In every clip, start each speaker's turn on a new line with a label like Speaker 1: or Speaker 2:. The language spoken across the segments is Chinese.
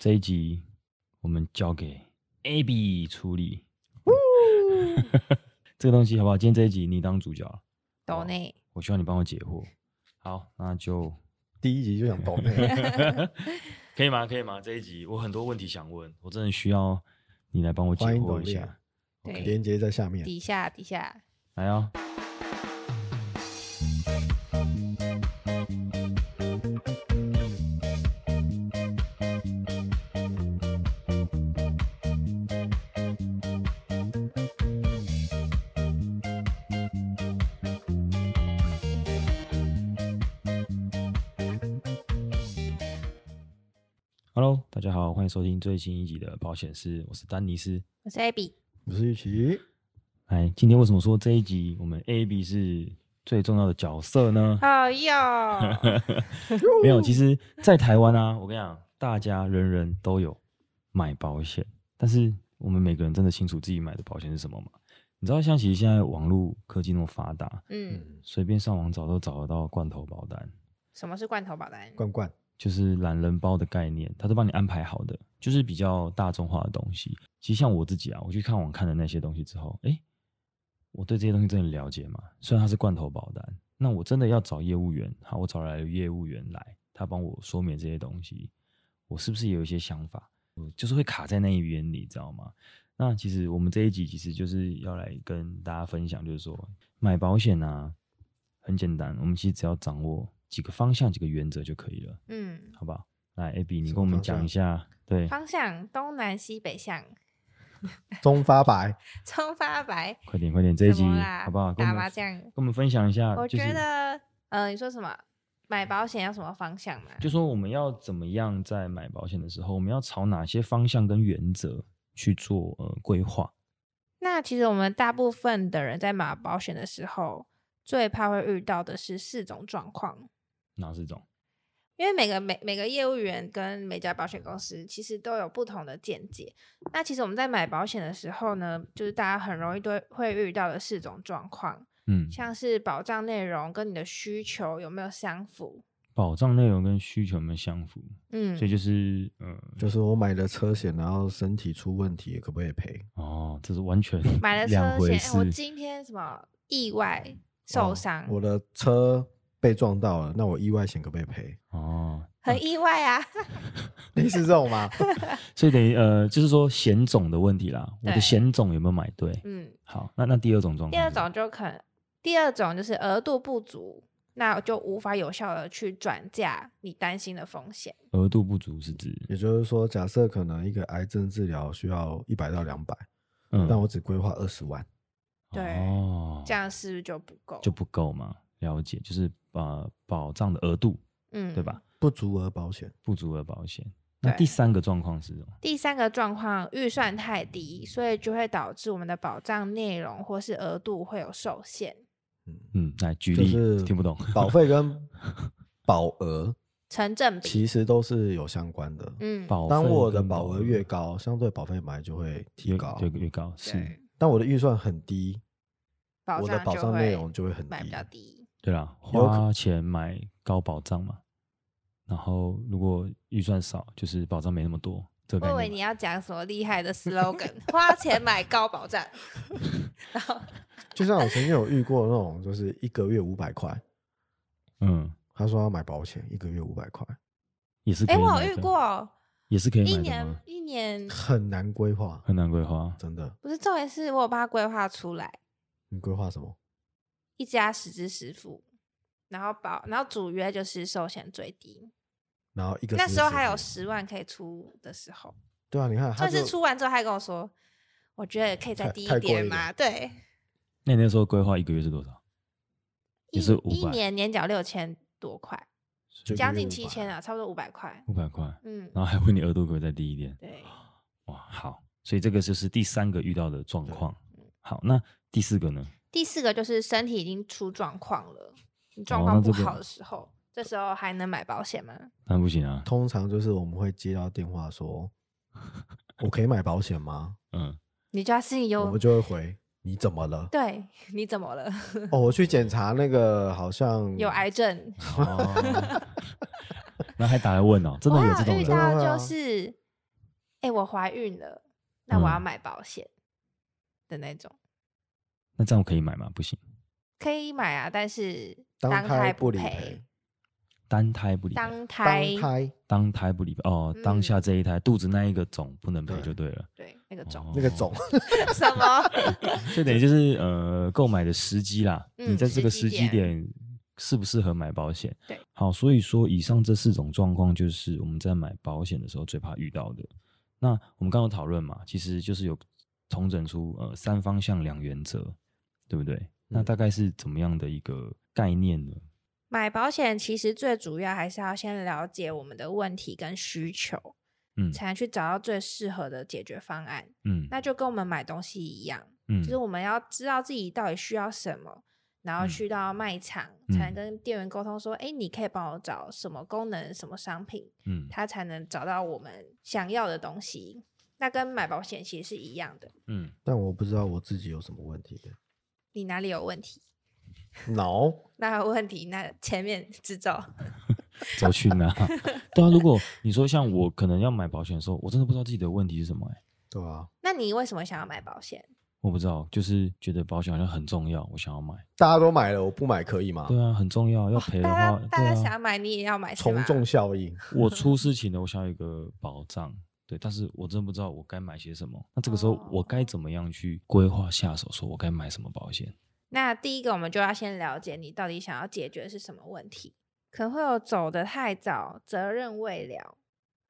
Speaker 1: 这一集我们交给 Abby 处理。 这个东西好不好？今天这一集你当主角，
Speaker 2: 抖内
Speaker 1: 我希望你帮我解惑。好，那 就
Speaker 3: 第一集就想抖内，
Speaker 1: 可以吗？可以吗？这一集我很多问题想问，我真的需要你来帮我解
Speaker 3: 欢迎
Speaker 1: 惑
Speaker 3: 抖
Speaker 1: 一
Speaker 3: 内
Speaker 1: 下
Speaker 3: 啊。
Speaker 2: 对，
Speaker 3: 连接在下
Speaker 1: 嗯
Speaker 3: 面。
Speaker 2: 底下底下，
Speaker 1: 来哦。Hello，大家好，欢迎收听最新一集的保险师，我是丹尼斯。
Speaker 2: 我是 Abby，
Speaker 3: 我是玉琪，
Speaker 1: 哎，今天为什么说这一集我们 A B 是最重要的角色呢？
Speaker 2: 哎呦，
Speaker 1: 没有，其实，在台湾啊，我跟你讲，大家人人都有买保险，但是我们每个人真的清楚自己买的保险是什么吗？你知道，像其实现在网络科技那么发达，
Speaker 2: 嗯，
Speaker 1: 随便上网找都找得到罐头保单，
Speaker 2: 什么是罐头保单？
Speaker 3: 罐罐，
Speaker 1: 就是懒人包的概念，它都帮你安排好的，就是比较大众化的东西。其实像我自己啊，我去看网看的那些东西之后，诶，我对这些东西真的了解吗？虽然它是罐头保单，那我真的要找业务员，好，我找来了业务员来，他帮我说明这些东西，我是不是也有一些想法？我就是会卡在那一边，你知道吗？那其实我们这一集其实就是要来跟大家分享，就是说买保险啊，很简单，我们其实只要掌握几个方向、几个原则就可以了。
Speaker 2: 嗯，
Speaker 1: 好不好？来，AB，你
Speaker 3: 什
Speaker 1: 跟我
Speaker 3: 么
Speaker 1: 们讲
Speaker 3: 方啊向
Speaker 1: 一下，对，
Speaker 2: 方向东南西北向，
Speaker 3: 中发白，
Speaker 2: 中发白，
Speaker 1: 快点，快点，这一集
Speaker 2: 怎么啦
Speaker 1: 好不好？跟我
Speaker 2: 打
Speaker 1: 们
Speaker 2: 麻
Speaker 1: 跟
Speaker 2: 将，
Speaker 1: 我们分享一下，
Speaker 2: 我
Speaker 1: 就是
Speaker 2: 觉得，呃，你说什么？买保险要什么方向嘛？
Speaker 1: 就说我们要怎么样在买保险的时候，我们要朝哪些方向跟原则去做呃规划？
Speaker 2: 那其实我们大部分的人在买保险的时候，最怕会遇到的是四种状况，
Speaker 1: 哪四种？
Speaker 2: 因为每个每每个业务员跟每家保险公司其实都有不同的见解。那其实我们在买保险的时候呢，就是大家很容易都会遇到的四种状况，
Speaker 1: 嗯，
Speaker 2: 像是保障内容跟你的需求有没有相符，
Speaker 1: 保障内容跟需求有没有相符？
Speaker 2: 嗯
Speaker 1: 所，以就是呃，
Speaker 3: 就是我买了车险，然后身体出问题，可不可以赔？
Speaker 1: 哦，这是完全
Speaker 2: 买了
Speaker 1: 两
Speaker 2: 车
Speaker 1: 回
Speaker 2: 险，哎我
Speaker 1: 事。哦
Speaker 2: 今天什么意外受伤，
Speaker 3: 我的车被撞到了，那我意外险可不可以赔？
Speaker 1: 哦，
Speaker 2: 很意外啊，
Speaker 3: 类似这种吗？
Speaker 1: 所以等于呃，就是说险种的问题啦，我的
Speaker 2: 对
Speaker 1: 险种有没有买对？
Speaker 2: 嗯。
Speaker 1: 好，那那第二种状况，
Speaker 2: 第二，种就可能，第二种就是额度不足，那就无法有效的去转嫁你担心的风险。
Speaker 1: 额度不足是指，
Speaker 3: 也就是说，假设可能一个癌症治疗需要一百到两百，
Speaker 1: 嗯，
Speaker 3: 但我只规划二十万，
Speaker 2: 对
Speaker 1: 哦，
Speaker 2: 这样是不是就不够？
Speaker 1: 就不够嘛？了解，就是呃保障的额度
Speaker 2: 嗯，
Speaker 1: 对吧？？
Speaker 3: 不足额保险，
Speaker 1: 不足额保险。那
Speaker 2: 对
Speaker 1: 第三个状况是什么？
Speaker 2: 第三个状况，预算太低，所以就会导致我们的保障内容或是额度会有受限，
Speaker 1: 嗯，来举
Speaker 3: 就
Speaker 1: 例，
Speaker 3: 是
Speaker 1: 听不懂。
Speaker 3: 保费跟保额
Speaker 2: 成正比。
Speaker 3: 其实都是有相关的。
Speaker 2: 嗯，
Speaker 1: 保
Speaker 3: 当
Speaker 1: 费
Speaker 3: 我的
Speaker 1: 跟
Speaker 3: 保额越高，相对保费本来就会提
Speaker 1: 越
Speaker 3: 高。
Speaker 1: 越越高是，
Speaker 2: 对，
Speaker 3: 当我的预算很低，
Speaker 2: 保
Speaker 3: 嗯我的
Speaker 2: 障
Speaker 3: 保
Speaker 2: 就
Speaker 3: 障内容
Speaker 2: 会
Speaker 3: 就会很
Speaker 2: 买比
Speaker 3: 低
Speaker 2: 较。低。
Speaker 1: 对啦，
Speaker 3: 有可
Speaker 1: 花钱买高保障嘛。然后如果预算少，就是保障没那么多，这个
Speaker 2: 我以
Speaker 1: 概
Speaker 2: 为你
Speaker 1: 念
Speaker 2: 要讲什么厉 害的 slogan，花钱买高保障，然后
Speaker 3: 就像我曾经有遇过那种，就是一个月五百块，
Speaker 1: 嘛。嗯，
Speaker 3: 他说要买保险，一个月五百块，
Speaker 1: 也是可
Speaker 2: 哎、
Speaker 1: 以
Speaker 2: 我
Speaker 1: 买
Speaker 2: 有遇
Speaker 1: 的，
Speaker 2: 过
Speaker 1: 也是可以
Speaker 2: 一
Speaker 1: 买的
Speaker 2: 年
Speaker 1: 吗？
Speaker 2: 一年，
Speaker 3: 很难规划，
Speaker 1: 很难规划。
Speaker 3: 真的。
Speaker 2: 不是重点是我有帮他规划出来，
Speaker 3: 你规划什么？
Speaker 2: 一家十支十付，然后保，然后主约就是寿险最低，
Speaker 3: 然后一个
Speaker 2: 那时候
Speaker 3: 14
Speaker 2: 还有
Speaker 3: 天
Speaker 2: 十万可以出的时候，
Speaker 3: 对啊，你看他
Speaker 2: 这次
Speaker 3: 就
Speaker 2: 出完之后他还跟我说，我觉得可以再
Speaker 3: 太
Speaker 2: 低
Speaker 3: 太
Speaker 2: 一
Speaker 3: 贵
Speaker 2: 点
Speaker 3: 了
Speaker 2: 嘛，对，
Speaker 1: 那你那时候规划一个月是多少？也是
Speaker 2: 一一
Speaker 1: 500
Speaker 2: 年年缴六千多块，
Speaker 3: 就一个
Speaker 2: 将
Speaker 3: 月
Speaker 2: 近
Speaker 3: 500
Speaker 2: 七千，啊，差不多五百块，
Speaker 1: 五百块，
Speaker 2: 嗯，
Speaker 1: 然后还问你额度可不可以再低一点？
Speaker 2: 对，
Speaker 1: 哇，好，所以这个就是第三个遇到的状
Speaker 3: 对
Speaker 1: 况。好，那第四个呢？
Speaker 2: 第四个就是身体已经出状况了，你状
Speaker 1: 哦
Speaker 2: 况
Speaker 1: 那
Speaker 2: 不
Speaker 1: 这个
Speaker 2: 好的时候，这时候还能买保险吗？
Speaker 1: 那不行啊，
Speaker 3: 通常就是我们会接到电话 说，我可以买保险吗？
Speaker 1: 嗯，
Speaker 2: 你就要心里
Speaker 3: 我
Speaker 2: 有
Speaker 3: 们就会回你怎么了？
Speaker 2: 对，你怎么了？
Speaker 3: 哦，我去检查那个好像
Speaker 2: 有癌症？
Speaker 1: 哦，那还打来问哦，真的有这种
Speaker 2: 我有遇
Speaker 1: 人？
Speaker 2: 到
Speaker 3: 真的会
Speaker 2: 就
Speaker 3: 啊
Speaker 2: 是哎、我怀孕了，那我要
Speaker 1: 嗯
Speaker 2: 买保险的那种，
Speaker 1: 那这样我可以买吗？不行，
Speaker 2: 可以买啊，但是
Speaker 3: 当
Speaker 2: 当
Speaker 3: 胎
Speaker 2: 不
Speaker 3: 不理
Speaker 2: 赔，
Speaker 1: 单胎不理赔，
Speaker 2: 当
Speaker 3: 当
Speaker 2: 胎
Speaker 3: 胎
Speaker 1: 当胎不理赔哦，
Speaker 2: 嗯
Speaker 1: 当下这一胎肚子那一个种不能赔
Speaker 3: 对
Speaker 1: 就对了。
Speaker 2: 对那个种、
Speaker 1: 哦
Speaker 3: 那个种
Speaker 2: 什么？
Speaker 1: 这等于就是呃，购买的时机啦，
Speaker 2: 嗯
Speaker 1: 你在这个
Speaker 2: 时
Speaker 1: 时
Speaker 2: 机
Speaker 1: 机
Speaker 2: 点
Speaker 1: 点适不适合买保险？
Speaker 2: 对，
Speaker 1: 好，所以说以上这四种状况就是我们在买保险的时候最怕遇到的。那我们刚刚有讨论嘛，其实就是有统整出呃三方向两原则，对不对？那
Speaker 3: 嗯
Speaker 1: 大概是怎么样的一个概念呢？
Speaker 2: 买保险其实最主要还是要先了解我们的问题跟需求，
Speaker 1: 嗯
Speaker 2: 才能去找到最适合的解决方案。
Speaker 1: 嗯
Speaker 2: 那就跟我们买东西一样，
Speaker 1: 嗯
Speaker 2: 就是我们要知道自己到底需要什么，然后
Speaker 1: 嗯
Speaker 2: 去到卖场，
Speaker 1: 嗯
Speaker 2: 才能跟店员沟通说，哎、你可以帮我找什么功能、什么商品，
Speaker 1: 嗯
Speaker 2: 他才能找到我们想要的东西。那跟买保险其实是一样的。
Speaker 1: 嗯，
Speaker 3: 但我不知道我自己有什么问题的。
Speaker 2: 你哪里有问题？
Speaker 3: 脑
Speaker 2: 那有问题，那前面制造。
Speaker 1: 走去哪？ 对啊， 如果你说像我可能要买保险的时候，我真的不知道自己的问题是什么、欸，
Speaker 3: 对啊，
Speaker 2: 那你为什么想要买保险？
Speaker 1: 我不知道，就是觉得保险好像很重要，我想要买。
Speaker 3: 大家都买了，我不买可以吗？
Speaker 1: 对啊，很重要，要赔的
Speaker 2: 大
Speaker 1: 话，
Speaker 2: 家哦大
Speaker 1: 对
Speaker 2: 家
Speaker 1: 啊，
Speaker 2: 想买，你也要买，是
Speaker 3: 从
Speaker 2: 吗
Speaker 3: 众效应，
Speaker 1: 我 出事情了，我想要有一个保障，对，但是我真不知道我该买些什么。那这个时候
Speaker 2: 哦
Speaker 1: 我该怎么样去规划下手，说我该买什么保险？
Speaker 2: 那第一个，我们就要先了解你到底想要解决的是什么问题，可能会有走得太早，责任未了，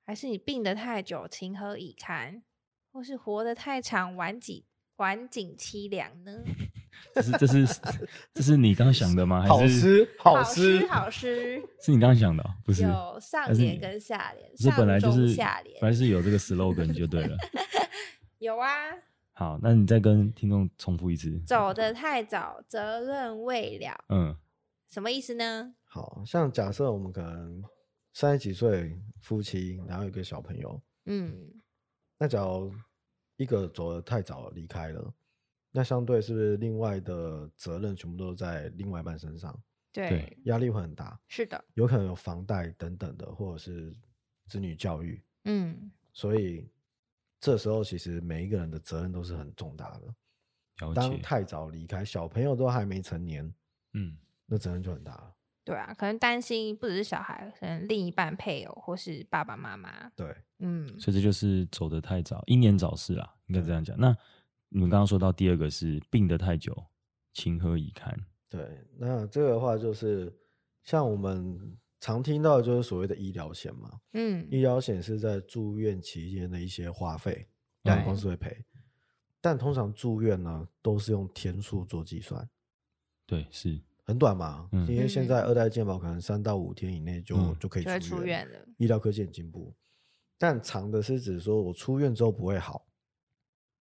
Speaker 2: 还是你病得太久，情何以堪，或是活得太长，晚景晚景凄凉呢？
Speaker 1: 这是这是这是你刚想的吗？
Speaker 3: 好
Speaker 1: 还是
Speaker 3: 吃好
Speaker 2: 诗
Speaker 3: 吃，
Speaker 2: 好诗，
Speaker 1: 是你刚想的哦、 不是？
Speaker 2: 有上
Speaker 1: 还是
Speaker 2: 联
Speaker 1: 你
Speaker 2: 跟下联，
Speaker 1: 是
Speaker 2: 上
Speaker 1: 本来就
Speaker 2: 中
Speaker 1: 是
Speaker 2: 下联
Speaker 1: 本来是有这个 slogan 就 对了。
Speaker 2: 有啊。
Speaker 1: 好，那你再跟听众重复一次。
Speaker 2: 走得太早，责任未了，
Speaker 1: 嗯
Speaker 2: 什么意思呢？
Speaker 3: 好像假设我们可能三十几岁夫妻，然后有一个小朋友，
Speaker 2: 嗯，
Speaker 3: 那假如一个走得太早离开了，那相对是不是另外的责任全部都在另外一半身上，
Speaker 2: 对，
Speaker 3: 压力会很大，
Speaker 2: 是的，
Speaker 3: 有可能有房贷等等的，或者是子女教育，
Speaker 2: 嗯，
Speaker 3: 所以这时候其实每一个人的责任都是很重大的。
Speaker 1: 了
Speaker 3: 当
Speaker 1: 解。
Speaker 3: 太早离开，小朋友都还没成年，
Speaker 1: 嗯
Speaker 3: 那责任就很大了。
Speaker 2: 对啊，可能担心不只是小孩，可能另一半、配偶或是爸爸妈妈。
Speaker 3: 对，
Speaker 2: 嗯，
Speaker 1: 所以这就是走得太早，英年早逝啦，应该这样讲。那你们刚刚说到第二个是病得太久，情何以堪？
Speaker 3: 对，那这个的话就是像我们常听到的就是所谓的医疗险嘛，
Speaker 2: 嗯，
Speaker 3: 医疗险是在住院期间的一些花费，保险公
Speaker 2: 对
Speaker 3: 司会赔，但通常住院呢都是用天数做计算，
Speaker 1: 对，是，
Speaker 3: 很短嘛，
Speaker 1: 嗯
Speaker 3: 因为现
Speaker 2: 嗯
Speaker 3: 在二代健保可能三到五天以内就、
Speaker 1: 嗯
Speaker 3: 就可以
Speaker 2: 就会
Speaker 3: 出
Speaker 2: 出
Speaker 3: 院，
Speaker 2: 院了。
Speaker 3: 医疗科技很进步，但长的是指说我出院之后不会好，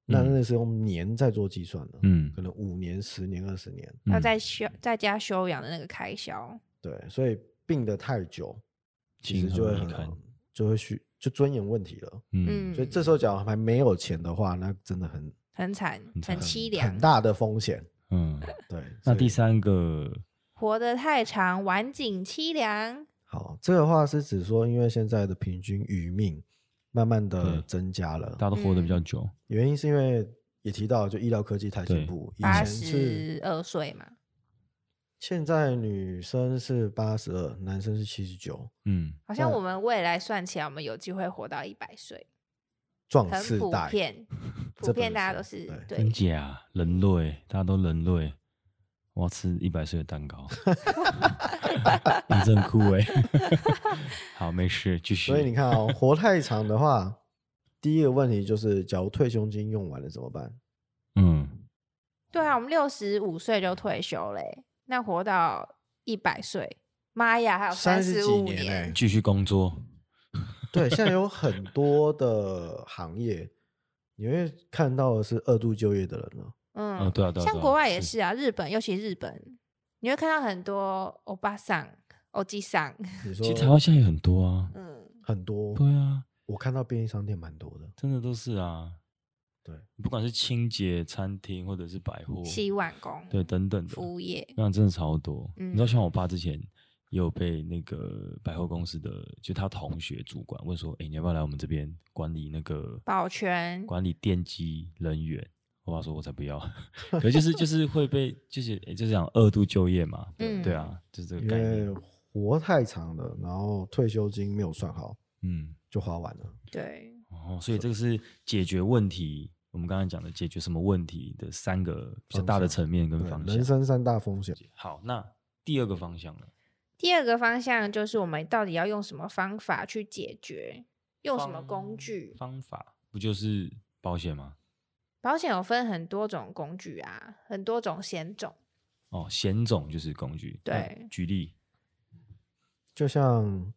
Speaker 3: 那
Speaker 1: 嗯
Speaker 3: 那是用年在做计算的，
Speaker 1: 嗯
Speaker 3: 可能五年、十年、二十年，
Speaker 2: 要
Speaker 1: 嗯
Speaker 2: 在休在家休养的那个开销，
Speaker 3: 对，所以病得太久，其
Speaker 1: 情
Speaker 3: 实就
Speaker 1: 何
Speaker 3: 会
Speaker 1: 以
Speaker 3: 很
Speaker 1: 堪
Speaker 3: 好就会去就尊严问题了。
Speaker 1: 嗯
Speaker 2: 嗯，
Speaker 3: 所以这时候假如还没有钱的话，那真的很
Speaker 2: 很惨，
Speaker 1: 惨
Speaker 2: 很凄凉，
Speaker 3: 很大的风险。
Speaker 1: 嗯，
Speaker 3: 对，
Speaker 1: 那
Speaker 3: 所
Speaker 1: 第
Speaker 3: 以
Speaker 1: 三个，
Speaker 2: 活得太长，晚景凄凉。
Speaker 3: 好，这个话是指说，因为现在的平均余命慢慢的
Speaker 1: 对
Speaker 3: 增加了，
Speaker 1: 大家都活得比较
Speaker 2: 嗯
Speaker 1: 久，
Speaker 3: 原因是因为也提到，就医疗科技太
Speaker 1: 对
Speaker 3: 进步，以
Speaker 2: 八
Speaker 3: 前是
Speaker 2: 十二岁嘛，
Speaker 3: 现在女生是八十二，男生是七十九，
Speaker 1: 嗯，
Speaker 2: 好像
Speaker 3: 那
Speaker 2: 我们未来算起来，我们有机会活到一百岁，
Speaker 3: 壮
Speaker 2: 很
Speaker 3: 世
Speaker 2: 普
Speaker 3: 哦代。
Speaker 2: 遍，普
Speaker 3: 这本
Speaker 2: 遍大家
Speaker 3: 身
Speaker 2: 都是对
Speaker 3: 对
Speaker 1: 真。假人类，大家都人类，我要吃一百岁的蛋 糕，你真酷哎、好，没事，继续。
Speaker 3: 所以你看哦，活太长的话，第一个问题就是，假如退休金用完了怎么办？
Speaker 1: 嗯，
Speaker 2: 对啊，我们六十五岁就退休嘞、那活到一百岁，妈呀，还有
Speaker 3: 三十
Speaker 2: 十
Speaker 3: 几
Speaker 2: 五
Speaker 3: 年哎、
Speaker 1: 继续工作，
Speaker 3: 对，现在有很多的行业，你会看到的是二度就业的人了。
Speaker 2: 嗯、
Speaker 1: 哦对啊对啊
Speaker 2: 像
Speaker 1: 对啊
Speaker 2: 国外也
Speaker 1: 是
Speaker 2: 是啊，日本尤其日本，你会看到很多欧巴桑、欧吉桑，
Speaker 1: 其
Speaker 3: 你说
Speaker 1: 实台湾现在也很多啊，
Speaker 2: 嗯，
Speaker 3: 很多，
Speaker 1: 对啊，
Speaker 3: 我看到便利商店蛮多的。
Speaker 1: 真的都是啊，
Speaker 3: 对，
Speaker 1: 不管是清洁、餐厅或者是百货，
Speaker 2: 洗碗工，
Speaker 1: 对，等等的，
Speaker 2: 服务业，
Speaker 1: 那真的超多。你知道，
Speaker 2: 嗯
Speaker 1: 像我爸之前也有被那个百货公司的就他同学主管问说，哎、你要不要来我们这边管理那个
Speaker 2: 保全
Speaker 1: 管理电机人员？我爸说，我才不要， 可是就是就是会被就是、诶就是讲二度就业嘛，对、对
Speaker 2: 嗯
Speaker 1: 啊，就是这个
Speaker 3: 因
Speaker 1: 概
Speaker 3: 为
Speaker 1: 念，
Speaker 3: 活太长了，然后退休金没有算好
Speaker 1: 嗯。
Speaker 3: 就花完了。
Speaker 2: 对，
Speaker 1: 哦，所以这个是解决问题，我们刚才讲的解决什么问题的三个比较
Speaker 3: 方
Speaker 1: 大的
Speaker 3: 向
Speaker 1: 层面跟
Speaker 3: 对
Speaker 1: 方，
Speaker 3: 人
Speaker 1: 向。
Speaker 3: 生三大风险，
Speaker 1: 好，那第二个方向呢？
Speaker 2: 第二个方向就是我们到底要用什么方法去解决，用什么工
Speaker 1: 方
Speaker 2: 具？
Speaker 1: 方法？不就是保险吗？
Speaker 2: 保险有分很多种工具啊，很多种险种。
Speaker 1: 哦，险种就是工具。那
Speaker 2: 对
Speaker 1: 举例，
Speaker 3: 就像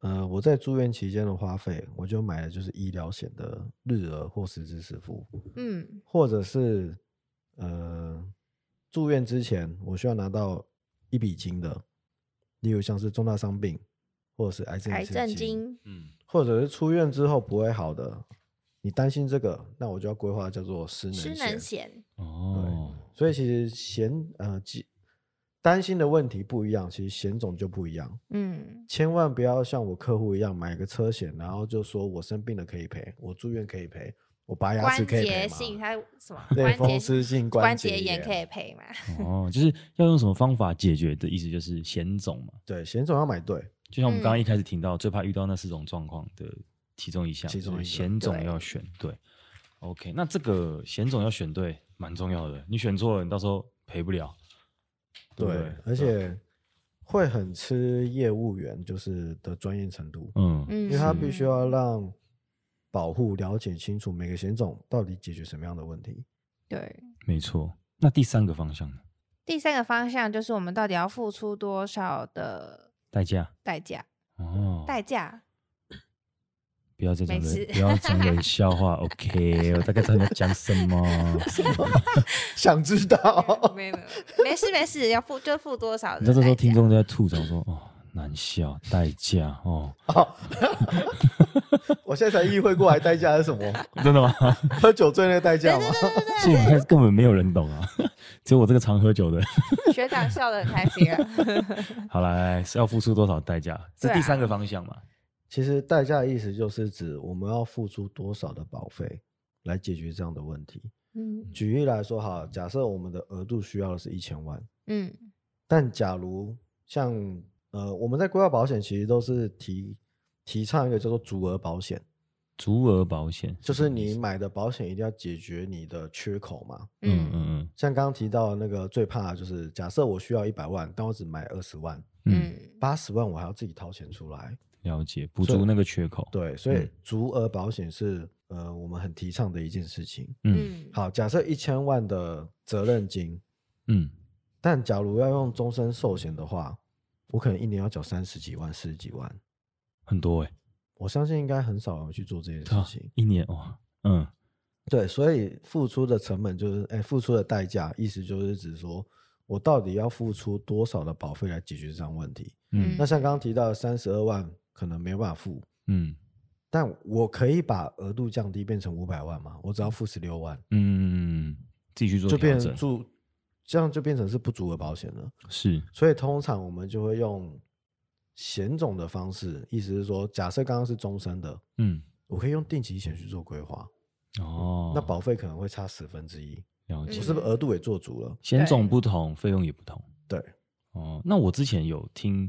Speaker 3: 呃我在住院期间的花费，我就买的就是医疗险的日额或实支实付，
Speaker 2: 嗯
Speaker 3: 或者是呃住院之前我需要拿到一笔金的，例如像是重大伤病或者是癌症
Speaker 2: 癌
Speaker 3: 刺
Speaker 2: 症
Speaker 3: 激
Speaker 2: 金，
Speaker 1: 嗯，
Speaker 3: 或者是出院之后不会好的，你担心这个，那我就要规划叫做失能
Speaker 2: 失
Speaker 3: 险。
Speaker 2: 能险，
Speaker 1: 哦，
Speaker 3: 所以其实险呃，几担心的问题不一样，其实险种就不一样。
Speaker 2: 嗯，
Speaker 3: 千万不要像我客户一样买个车险，然后就说我生病了可以赔，我住院可以赔，我拔牙齿
Speaker 2: 关
Speaker 3: 可以赔
Speaker 2: 节
Speaker 3: 嘛
Speaker 2: 性它什么
Speaker 3: 类
Speaker 2: 关
Speaker 3: 风
Speaker 2: 节
Speaker 3: 湿性
Speaker 2: 关
Speaker 3: 节
Speaker 2: 炎可以赔 嘛？
Speaker 1: 哦，就是要用什么方法解决的意思，就是险种嘛。
Speaker 3: 对，险种要买对，
Speaker 1: 就像我们刚刚
Speaker 2: 嗯
Speaker 1: 一开始听到，最怕遇到那四种状况的其中一项，
Speaker 3: 其中
Speaker 1: 就是
Speaker 3: 一个
Speaker 1: 险种
Speaker 2: 对
Speaker 1: 要选对。OK，那这个险种要选对，蛮重要的。你选错了，你到时候赔不了。对不对
Speaker 3: 而且会很吃业务员就是的专业程度，
Speaker 1: 嗯，
Speaker 2: 嗯，
Speaker 3: 因为他必须要让保护了解清楚每个险种到底解决什么样的问题。
Speaker 2: 对。
Speaker 1: 没错。那第三个方向呢？
Speaker 2: 第三个方向就是我们到底要付出多少的
Speaker 1: 代价
Speaker 2: 代价？
Speaker 1: 哦，
Speaker 2: 代价
Speaker 1: 不要再讲
Speaker 2: 没事
Speaker 1: 人，不要讲 冷笑话。OK，我大概知道你在讲什么。
Speaker 3: 想知道
Speaker 2: 没有没有没事没事，要付就付多少的
Speaker 1: 你知
Speaker 2: 代价？
Speaker 1: 道这时候听众都在吐槽说：“哦，难笑，代价 哦，
Speaker 3: 我现在才意会过来代价是什么，
Speaker 1: 真的吗？
Speaker 3: 喝酒醉那个代价吗？
Speaker 1: 所以我们开始根本没有人懂啊， 只有我这个常喝酒的。”
Speaker 2: 学长笑得很开心啊。
Speaker 1: 好来来，是要付出多少代价？这
Speaker 2: 对
Speaker 1: 第
Speaker 2: 啊
Speaker 1: 三个方向嘛。
Speaker 3: 其实代价的意思就是指我们要付出多少的保费来解决这样的问题。
Speaker 2: 嗯
Speaker 3: 举例来说，哈，假设我们的额度需要的是一千万，
Speaker 2: 嗯
Speaker 3: 但假如像呃我们在规划保险，其实都是提提倡一个叫做足额保险，
Speaker 1: 足额保险
Speaker 3: 就是
Speaker 1: 什么意
Speaker 3: 你
Speaker 1: 思
Speaker 3: 买的保险一定要解决你的缺口嘛。
Speaker 1: 嗯
Speaker 2: 嗯
Speaker 1: 嗯
Speaker 3: 像刚刚提到的那个最怕的就是，假设我需要一百万，但我只买二十万，
Speaker 1: 嗯嗯，
Speaker 2: 嗯
Speaker 3: 八十万我还要自己掏钱出来。
Speaker 1: 了解，补
Speaker 3: 所以
Speaker 1: 足那个缺口。，
Speaker 3: 对，所以
Speaker 1: 嗯
Speaker 3: 足额保险是呃我们很提倡的一件事情。
Speaker 1: 嗯
Speaker 2: 嗯，
Speaker 3: 好，假设一千万的责任金，
Speaker 1: 嗯，
Speaker 3: 但假如要用终身寿险的话，我可能一年要缴三十几万、四十几万。
Speaker 1: 很多哎，
Speaker 3: 我相信应该很少人去做这件
Speaker 1: 对啊
Speaker 3: 事情。
Speaker 1: 一年哇，嗯，
Speaker 3: 对，所以付出的成本就是，哎，付出的代价，意思就是指说我到底要付出多少的保费来解决这样问题。
Speaker 1: 嗯
Speaker 3: 那像刚刚提到三十二万，可能没有办法付，
Speaker 1: 嗯
Speaker 3: 但我可以把额度降低，变成五百万嘛？我只要付十六万，
Speaker 1: 嗯嗯，嗯自己去做
Speaker 3: 就
Speaker 1: 调
Speaker 3: 变成
Speaker 1: 整，
Speaker 3: 住，这样就变成是不足额保险了。
Speaker 1: 是
Speaker 3: 所以通常我们就会用险种的方式，意思是说，假设刚刚是终身的，
Speaker 1: 嗯
Speaker 3: 我可以用定期险去做规划，
Speaker 1: 哦，
Speaker 3: 那保费可能会差十分之一，
Speaker 1: 了
Speaker 3: 我
Speaker 1: 解
Speaker 2: 嗯，
Speaker 3: 是不是额度也做足了？
Speaker 1: 险种
Speaker 2: 对
Speaker 1: 不同，费用也不同。
Speaker 3: 对，
Speaker 1: 哦，那我之前有听，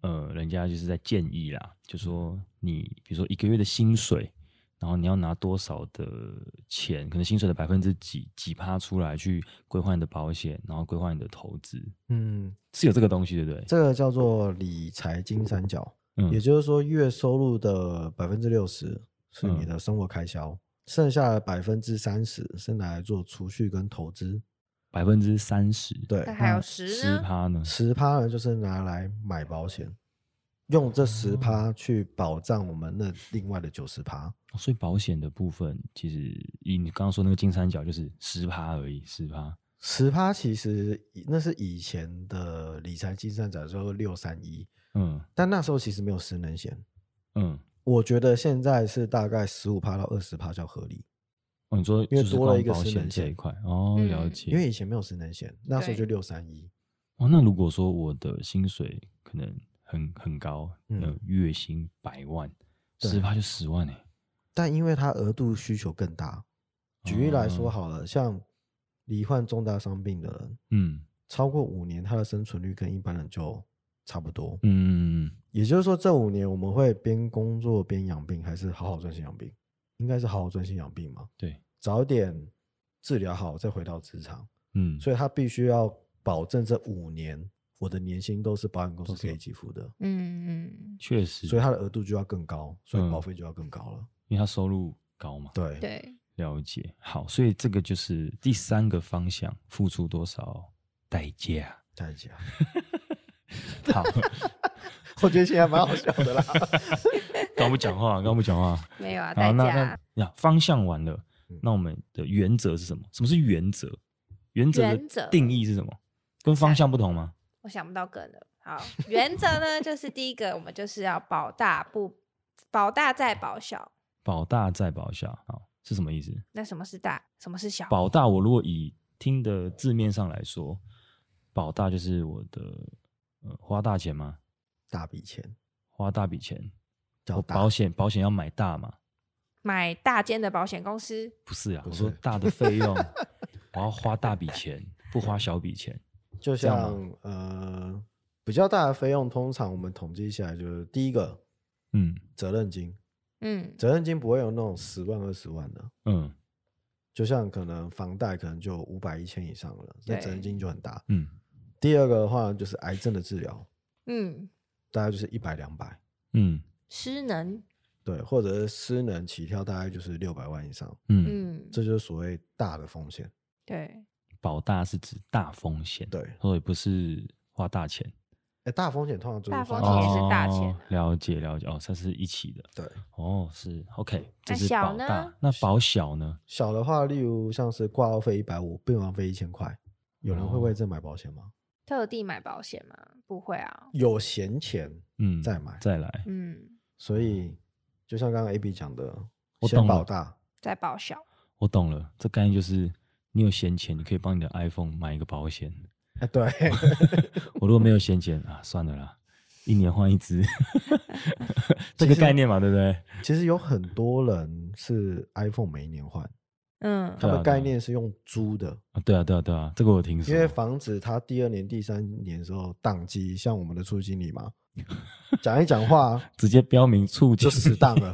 Speaker 1: 呃，人家就是在建议啦，就
Speaker 3: 嗯
Speaker 1: 说你比如说一个月的薪水，然后你要拿多少的钱，可能薪水的百分之几几趴出来去规划你的保险，然后规划你的投资，
Speaker 3: 嗯，
Speaker 1: 是有这个东西对不对？
Speaker 3: 这个叫做理财金三角，也
Speaker 1: 嗯
Speaker 3: 就是说，月收入的百分之六十是你
Speaker 1: 嗯
Speaker 3: 的生活开销，剩下的百分之三十是拿来做储蓄跟投资。
Speaker 1: 百分之三十，
Speaker 3: 对，
Speaker 2: 那还有
Speaker 3: 那
Speaker 2: 十
Speaker 1: 十
Speaker 2: 呢？
Speaker 1: 趴呢？
Speaker 3: 十趴呢，就是拿来买保险，用这十趴去保障我们那另外的九十趴。
Speaker 1: 哦所以保险的部分，其实以你刚刚说那个金三角，就是十趴而已，十趴。
Speaker 3: 十趴其实以那是以前的理财金三角，就是六三一，
Speaker 1: 嗯
Speaker 3: 但那时候其实没有失能险。
Speaker 1: 嗯，
Speaker 3: 我觉得现在是大概十五趴到二十趴叫合理，
Speaker 1: 哦，你说
Speaker 3: 因为
Speaker 1: 就是
Speaker 3: 多了
Speaker 1: 光
Speaker 3: 一个
Speaker 1: 保
Speaker 3: 失
Speaker 1: 险
Speaker 3: 能
Speaker 1: 这一
Speaker 3: 险
Speaker 1: 块，哦，了
Speaker 2: 嗯
Speaker 1: 解。
Speaker 3: 因为以前没有失能险，那时候就
Speaker 2: 对
Speaker 3: 六三一。
Speaker 1: 哦，那如果说我的薪水可能很很高，
Speaker 3: 嗯
Speaker 1: 嗯，月薪百万，
Speaker 3: 对
Speaker 1: 十趴就十万哎、
Speaker 3: 但因为它额度需求更大，举例来说
Speaker 1: 哦
Speaker 3: 好了，像罹患重大伤病的人，
Speaker 1: 嗯
Speaker 3: 超过五年，他的生存率跟一般人就差不多。
Speaker 1: 嗯嗯
Speaker 3: 也就是说，这五年我们会边工作边养病，还是好好专心养病？应该是好好专心养病嘛，
Speaker 1: 对，
Speaker 3: 早点治疗好再回到职场。
Speaker 1: 嗯，
Speaker 3: 所以他必须要保证这五年我的年薪都是保险公司
Speaker 1: 都是
Speaker 3: 给给付的，
Speaker 2: 嗯嗯，
Speaker 1: 确实，
Speaker 3: 所以他的额度就要更高，所以
Speaker 1: 嗯
Speaker 3: 保费就要更高了。
Speaker 1: 因为他收入高嘛，
Speaker 3: 对，
Speaker 2: 对，
Speaker 1: 了解。好，所以这个就是第三个方向，付出多少代 价。
Speaker 3: 太假，
Speaker 1: 好，
Speaker 3: 我觉得现在蛮好笑的啦。
Speaker 1: 刚不讲话，刚不讲话。
Speaker 2: 没有啊，代
Speaker 1: 好，那
Speaker 2: 价
Speaker 1: 那呀，方向完了
Speaker 3: 嗯，
Speaker 1: 那我们的原则是什么？什么是原则？原则
Speaker 2: 原则
Speaker 1: 的定义是什么？跟方向不同吗？
Speaker 2: 我想不到梗了。好，原则呢，就是第一个，我们就是要保大不保大再保小。
Speaker 1: 保大再保小，好是什么意思？
Speaker 2: 那什么是大，什么是小？
Speaker 1: 保大，我如果以听的字面上来说，保大就是我的呃花大钱嘛，
Speaker 3: 大笔钱
Speaker 1: 花大笔钱，
Speaker 3: 叫
Speaker 1: 我
Speaker 3: 大
Speaker 1: 哦保险保险要买大嘛，
Speaker 2: 买大间的保险公司，
Speaker 1: 不是啊，
Speaker 3: 不
Speaker 1: 我
Speaker 3: 是
Speaker 1: 说大的费 用，我要花大笔钱，不花小笔钱。
Speaker 3: 就
Speaker 1: 这样吗
Speaker 3: 像呃比较大的费用，通常我们统计下来就是第一个
Speaker 1: 嗯
Speaker 3: 责任金，
Speaker 2: 嗯，
Speaker 3: 责任金不会有那种十万二十万的，
Speaker 1: 嗯
Speaker 3: 就像可能房贷可能就五百一千以上了，那责任
Speaker 2: 对
Speaker 3: 金就很大。
Speaker 1: 嗯
Speaker 3: 第二个的话就是癌症的治疗，
Speaker 2: 嗯，
Speaker 3: 大概就是一百两百，
Speaker 1: 嗯
Speaker 2: 失能，
Speaker 3: 对，或者是失能起跳大概就是六百万以上，
Speaker 1: 嗯，
Speaker 2: 嗯，
Speaker 3: 这就是所谓大的风险。
Speaker 2: 对，
Speaker 1: 保大是指大风险，
Speaker 3: 对，
Speaker 1: 所以不是花大钱。
Speaker 3: 哎，大风险通常就是
Speaker 2: 大
Speaker 3: 花
Speaker 2: 风险也是
Speaker 3: 钱
Speaker 2: 大钱啊
Speaker 1: 哦了解了解哦，它是一起的
Speaker 3: 对，
Speaker 1: 哦，是 OK。这
Speaker 2: 那
Speaker 1: 是
Speaker 2: 小
Speaker 1: 保大
Speaker 2: 呢，
Speaker 1: 那保小呢？
Speaker 3: 小的话，例如像是挂号费一百五，病房费一千块，有人
Speaker 1: 哦
Speaker 3: 会为这买保险吗？
Speaker 2: 特地买保险吗？不会啊，
Speaker 3: 有闲钱
Speaker 1: 嗯，
Speaker 3: 再买，
Speaker 1: 再来，
Speaker 2: 嗯，
Speaker 3: 所以就像刚刚 A B 讲的，
Speaker 1: 我
Speaker 3: 先
Speaker 1: 懂
Speaker 3: 保
Speaker 1: 了
Speaker 3: 大，
Speaker 2: 再保 小，
Speaker 1: 我懂了，这概念就是你有闲钱，你可以帮你的 iPhone 买一个保险。
Speaker 3: 哎， 对，
Speaker 1: 我如果没有闲钱啊，算了啦，一年换一只，这个概念嘛，对不对？
Speaker 3: 其实有很多人是 iPhone 每一年换，
Speaker 2: 嗯
Speaker 3: 他
Speaker 1: 对啊对啊
Speaker 3: 们概念是用租的，
Speaker 1: 啊，对啊，对啊，对啊，这个我有听说
Speaker 3: 因。为防止他第二年、第三年的时候宕机，像我们的初经理嘛，讲一讲 话
Speaker 1: 直接标明促进
Speaker 3: 就死宕了，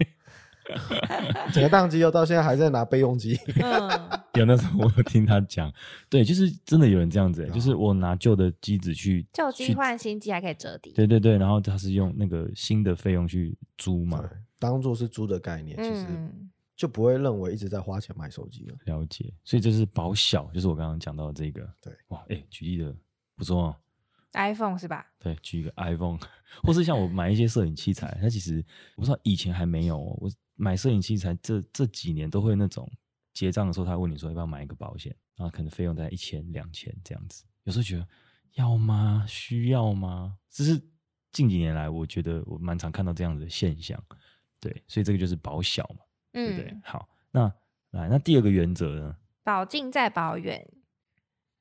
Speaker 3: 整个宕机又到现在还在拿备用机。
Speaker 2: 嗯，
Speaker 1: 有那时候我有听他讲，对，就是真的有人这样子、欸，就是我拿旧的机子去
Speaker 2: 旧机
Speaker 1: 去，
Speaker 2: 换新机还可以折抵，
Speaker 1: 对对对，然后他是用那个新的费用去租嘛
Speaker 3: 对，当做是租的概念，其实
Speaker 2: 嗯，
Speaker 3: 就不会认为一直在花钱买手机了。
Speaker 1: 了解，所以这是保小，就是我刚刚讲到的这个，
Speaker 3: 对，
Speaker 1: 哇，哎、举例的不错、哦，
Speaker 2: ，iPhone 是吧？
Speaker 1: 对，举一个 iPhone，或 是像我买一些摄影器材，它其实我不知道以前还没有、哦，我买摄影器材这这几年都会那种结账的时候，他问你说要不要买一个保险，然后可能费用在一千两千这样子，有时候觉得要吗？需要吗？这是近几年来我觉得我蛮常看到这样子的现象，对，所以这个就是保小嘛，对不对？
Speaker 2: 嗯，
Speaker 1: 好，那来那第二个原则呢
Speaker 2: 保近再保远，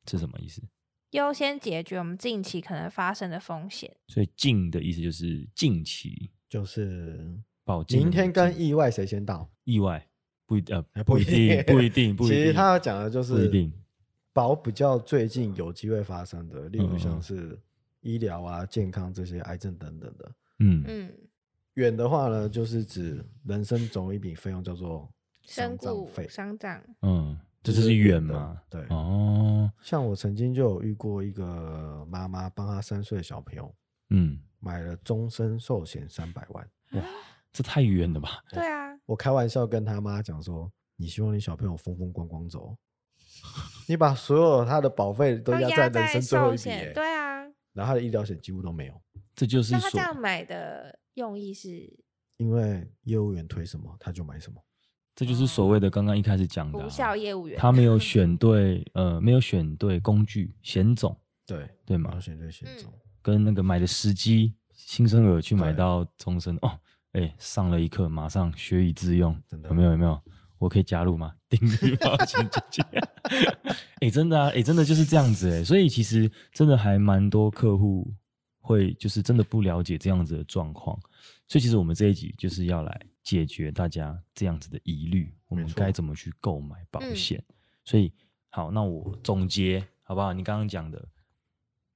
Speaker 1: 是什么意思？
Speaker 2: 优先解决我们近期可能发生的风险。
Speaker 1: 所以近的意思就是近期
Speaker 3: 就是
Speaker 1: 保近的
Speaker 3: 明
Speaker 1: 那
Speaker 3: 天
Speaker 1: 个
Speaker 3: 跟
Speaker 1: 近
Speaker 3: 意外谁先到？
Speaker 1: 意外，不一呃
Speaker 3: 哎
Speaker 1: 不一定不一定不一
Speaker 3: 其
Speaker 1: 定。
Speaker 3: 实他要讲的就是
Speaker 1: 不一定，
Speaker 3: 保比较最近有机会发生的，例
Speaker 1: 嗯
Speaker 3: 如
Speaker 1: 嗯
Speaker 3: 像
Speaker 1: 嗯
Speaker 3: 是医疗啊、健康这些、癌症等等的。
Speaker 1: 嗯
Speaker 2: 嗯，
Speaker 3: 远的话呢，就是指人生总有一笔费用叫做
Speaker 2: 身
Speaker 3: 丧葬
Speaker 2: 故
Speaker 3: 费。
Speaker 2: 丧葬，
Speaker 1: 嗯，这
Speaker 3: 就
Speaker 1: 就是是
Speaker 3: 远
Speaker 1: 远
Speaker 3: 的
Speaker 1: 嘛，
Speaker 3: 对
Speaker 1: 哦，
Speaker 3: 像我曾经就有遇过一个妈妈，帮她三岁的小朋友
Speaker 1: 嗯，
Speaker 3: 买了终身寿险三百万。
Speaker 1: 这太远了吧？
Speaker 2: 对啊，
Speaker 3: 我开玩笑跟他妈讲说：“你希望你小朋友风风光光走，你把所有他的保费都压
Speaker 2: 压
Speaker 3: 在人生最后
Speaker 2: 寿
Speaker 3: 一笔、欸
Speaker 2: 险，，对啊。
Speaker 3: 然后他的医疗险几乎都没有，
Speaker 1: 这就是
Speaker 2: 那他这
Speaker 1: 所
Speaker 2: 样买的用意是
Speaker 3: 因为业务员推什么他就买什么。
Speaker 1: 这就是所谓的刚刚一开始讲的
Speaker 2: 无
Speaker 1: 啊，
Speaker 2: 效业务员，
Speaker 1: 他没有选对呃没有选对工具险种
Speaker 3: 对，
Speaker 1: 对
Speaker 3: 保
Speaker 1: 吗？
Speaker 3: 险对险种，
Speaker 1: 跟那个买的时机，新生儿去买
Speaker 3: 对
Speaker 1: 到终身哦，哎，上了一课马上学以致用，
Speaker 3: 真的
Speaker 1: 有没有有没有？我可以加入吗？ 订阅保险姐 姐，欸哎、真的啊，哎、真的就是这样子哎、所以其实真的还蛮多客户会就是真的不了解这样子的状况，所以其实我们这一集就是要来解决大家这样子的疑虑，我们
Speaker 3: 没错
Speaker 1: 该怎么去购买保
Speaker 2: 嗯
Speaker 1: 险？所以好，那我总结好不好？你刚刚讲的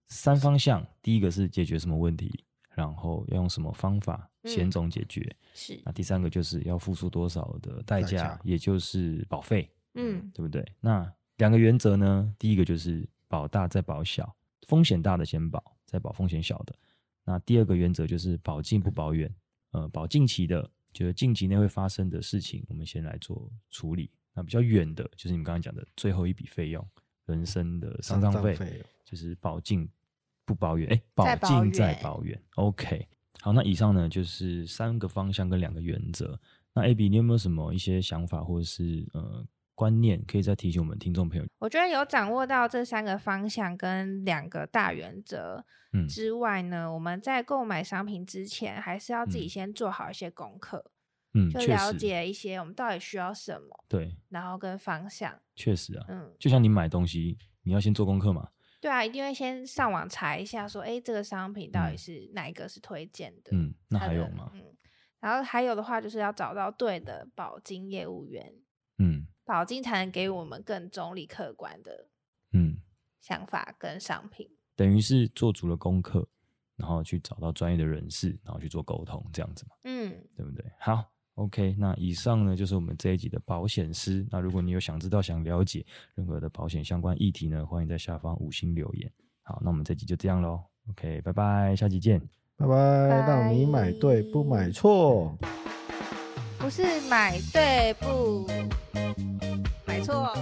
Speaker 1: 三方向，第一个是解决什么问题，然后要用什么方法险
Speaker 2: 嗯
Speaker 1: 种解决，
Speaker 2: 是，
Speaker 1: 那第三个就是要付出多少的代
Speaker 3: 代
Speaker 1: 价，
Speaker 3: 价
Speaker 1: 也就是保费，
Speaker 2: 嗯
Speaker 1: 对不对？那两个原则呢，第一个就是保大再保小，风险大的先保，再保风险小的。那第二个原则就是保近不保远，呃，保近期的，就是近期内会发生的事情，我们先来做处理。那比较远的，就是你们刚刚讲的最后一笔费用，人生的丧葬
Speaker 3: 丧葬
Speaker 1: 费，
Speaker 3: 费
Speaker 1: 就是保近不保远，哎、保
Speaker 2: 再保
Speaker 1: 近再
Speaker 2: 远
Speaker 1: 保远。OK，好，那以上呢就是三个方向跟两个原则。那 A B，你有没有什么一些想法或者是呃观念，可以再提醒我们听众朋友？
Speaker 2: 我觉得有掌握到这三个方向跟两个大原则
Speaker 1: 嗯
Speaker 2: 之外呢，我们在购买商品之前，还是要自己
Speaker 1: 嗯
Speaker 2: 先做好一些功课，
Speaker 1: 嗯，
Speaker 2: 就
Speaker 1: 确
Speaker 2: 了
Speaker 1: 实，
Speaker 2: 解一些我们到底需要什么，
Speaker 1: 对，
Speaker 2: 然后跟方向。
Speaker 1: 确实啊，
Speaker 2: 嗯，
Speaker 1: 就像你买东西，你要先做功课嘛，
Speaker 2: 对啊，一定会先上网查一下说，哎，这个商品到底
Speaker 1: 嗯
Speaker 2: 是哪一个是推荐的？
Speaker 1: 嗯，那
Speaker 2: 它
Speaker 1: 还有
Speaker 2: 的
Speaker 1: 吗？
Speaker 2: 嗯，然后还有的话就是要找到对的保金业务员，
Speaker 1: 嗯
Speaker 2: 保金才能给我们更中立客观的
Speaker 1: 嗯，
Speaker 2: 想法跟商品。
Speaker 1: 等于是做足了功课，然后去找到专业的人士，然后去做沟通，这样子嘛。
Speaker 2: 嗯，
Speaker 1: 对不对？好，OK，那以上呢就是我们这一集的保险师。那如果你有想知道、想了解任何的保险相关议题呢，欢迎在下方五星留言。好，那我们这集就这样喽。OK，拜拜，下集见。
Speaker 3: 拜拜，让你买对不买错。
Speaker 2: 不是买对不买错。